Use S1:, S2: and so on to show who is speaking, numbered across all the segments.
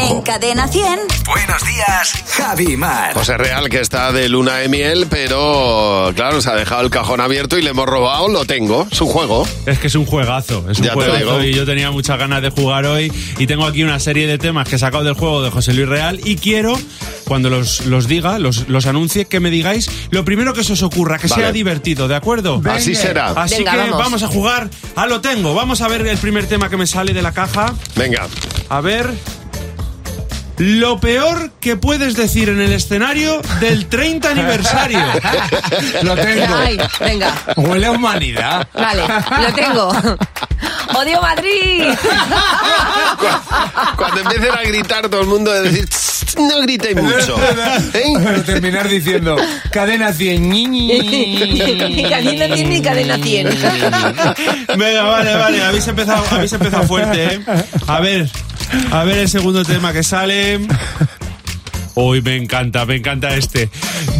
S1: En Cadena 100.
S2: Buenos días, Javi Mar.
S3: José Real, que está de luna de miel, pero claro, nos ha dejado el cajón abierto y le hemos robado, lo tengo, es un juego.
S4: Es que es un juegazo, es un
S3: Ya te digo.
S4: juegazo y yo tenía muchas ganas de jugar hoy y tengo aquí una serie de temas que he sacado del juego de José Luis Real y quiero, cuando los, los diga, los, los anuncie, que me digáis lo primero que se os ocurra, que
S3: Vale.
S4: sea divertido, ¿de acuerdo?
S3: Así será.
S4: Así
S1: Venga,
S4: que
S1: vamos.
S4: vamos. a jugar a lo tengo, vamos a ver el primer tema que me sale de la caja,
S3: Venga,
S4: a ver... Lo peor que puedes decir en el escenario del 30 aniversario.
S5: Lo tengo.
S1: Ay, venga.
S5: Huele a humanidad.
S1: Vale, lo tengo. ¡Odio Madrid!
S3: cuando empiecen a gritar todo el mundo, de decir, "Tss, no gritéis mucho. ¿Eh?
S5: Pero terminar diciendo cadena 100. ñi, ñi, ñi.
S1: Ni cadena 100 ni cadena 100.
S4: Venga, vale, vale, habéis empezado, habéis empezado fuerte, ¿eh? A ver, a ver el segundo tema que sale. Uy, me encanta, me encanta este.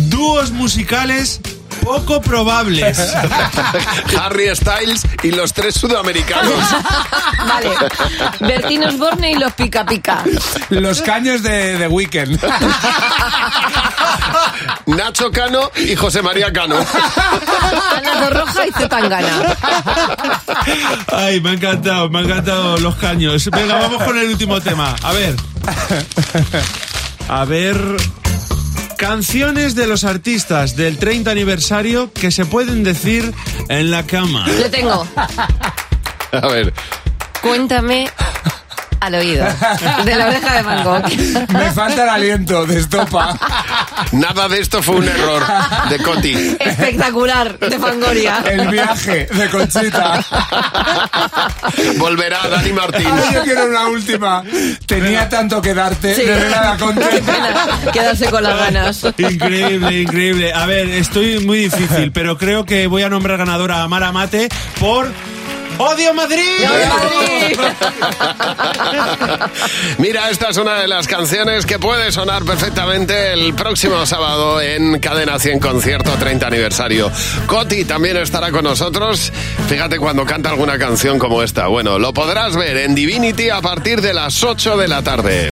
S4: Dúos musicales poco probables.
S3: Harry Styles y los tres sudamericanos.
S1: Vale. Bertín Osborne y los pica pica.
S5: Los caños de, de Weekend.
S3: Nacho Cano y José María Cano.
S1: Ana Roja y Zetangana.
S4: Ay, me ha encantado, me ha encantado los caños. Venga, vamos con el último tema. A ver. A ver. Canciones de los artistas del 30 aniversario que se pueden decir en la cama.
S1: Lo tengo.
S3: A ver,
S1: Cuéntame al oído. De la oreja de Van Gogh.
S5: Me falta el aliento de estopa.
S3: nada de esto fue un error de Coti.
S1: Espectacular de Fangoria.
S5: El viaje de Conchita.
S3: Volverá Dani Martín.
S5: Ay, yo quiero una última. Tenía tanto que darte.
S1: Sí.
S5: De verdad,
S1: Qué
S5: Conte.
S1: pena quedarse con las ganas.
S4: Increíble, increíble. A ver, estoy muy difícil, pero creo que voy a nombrar ganadora a Mara Mate por Odio Madrid.
S1: ¡Odio Madrid!
S3: Mira, esta es una de las canciones que puede sonar perfectamente el próximo sábado en Cadena 100 Concierto 30 Aniversario. Coti también estará con nosotros. Fíjate cuando canta alguna canción como esta. Bueno, lo podrás ver en Divinity a partir de las 8 de la tarde.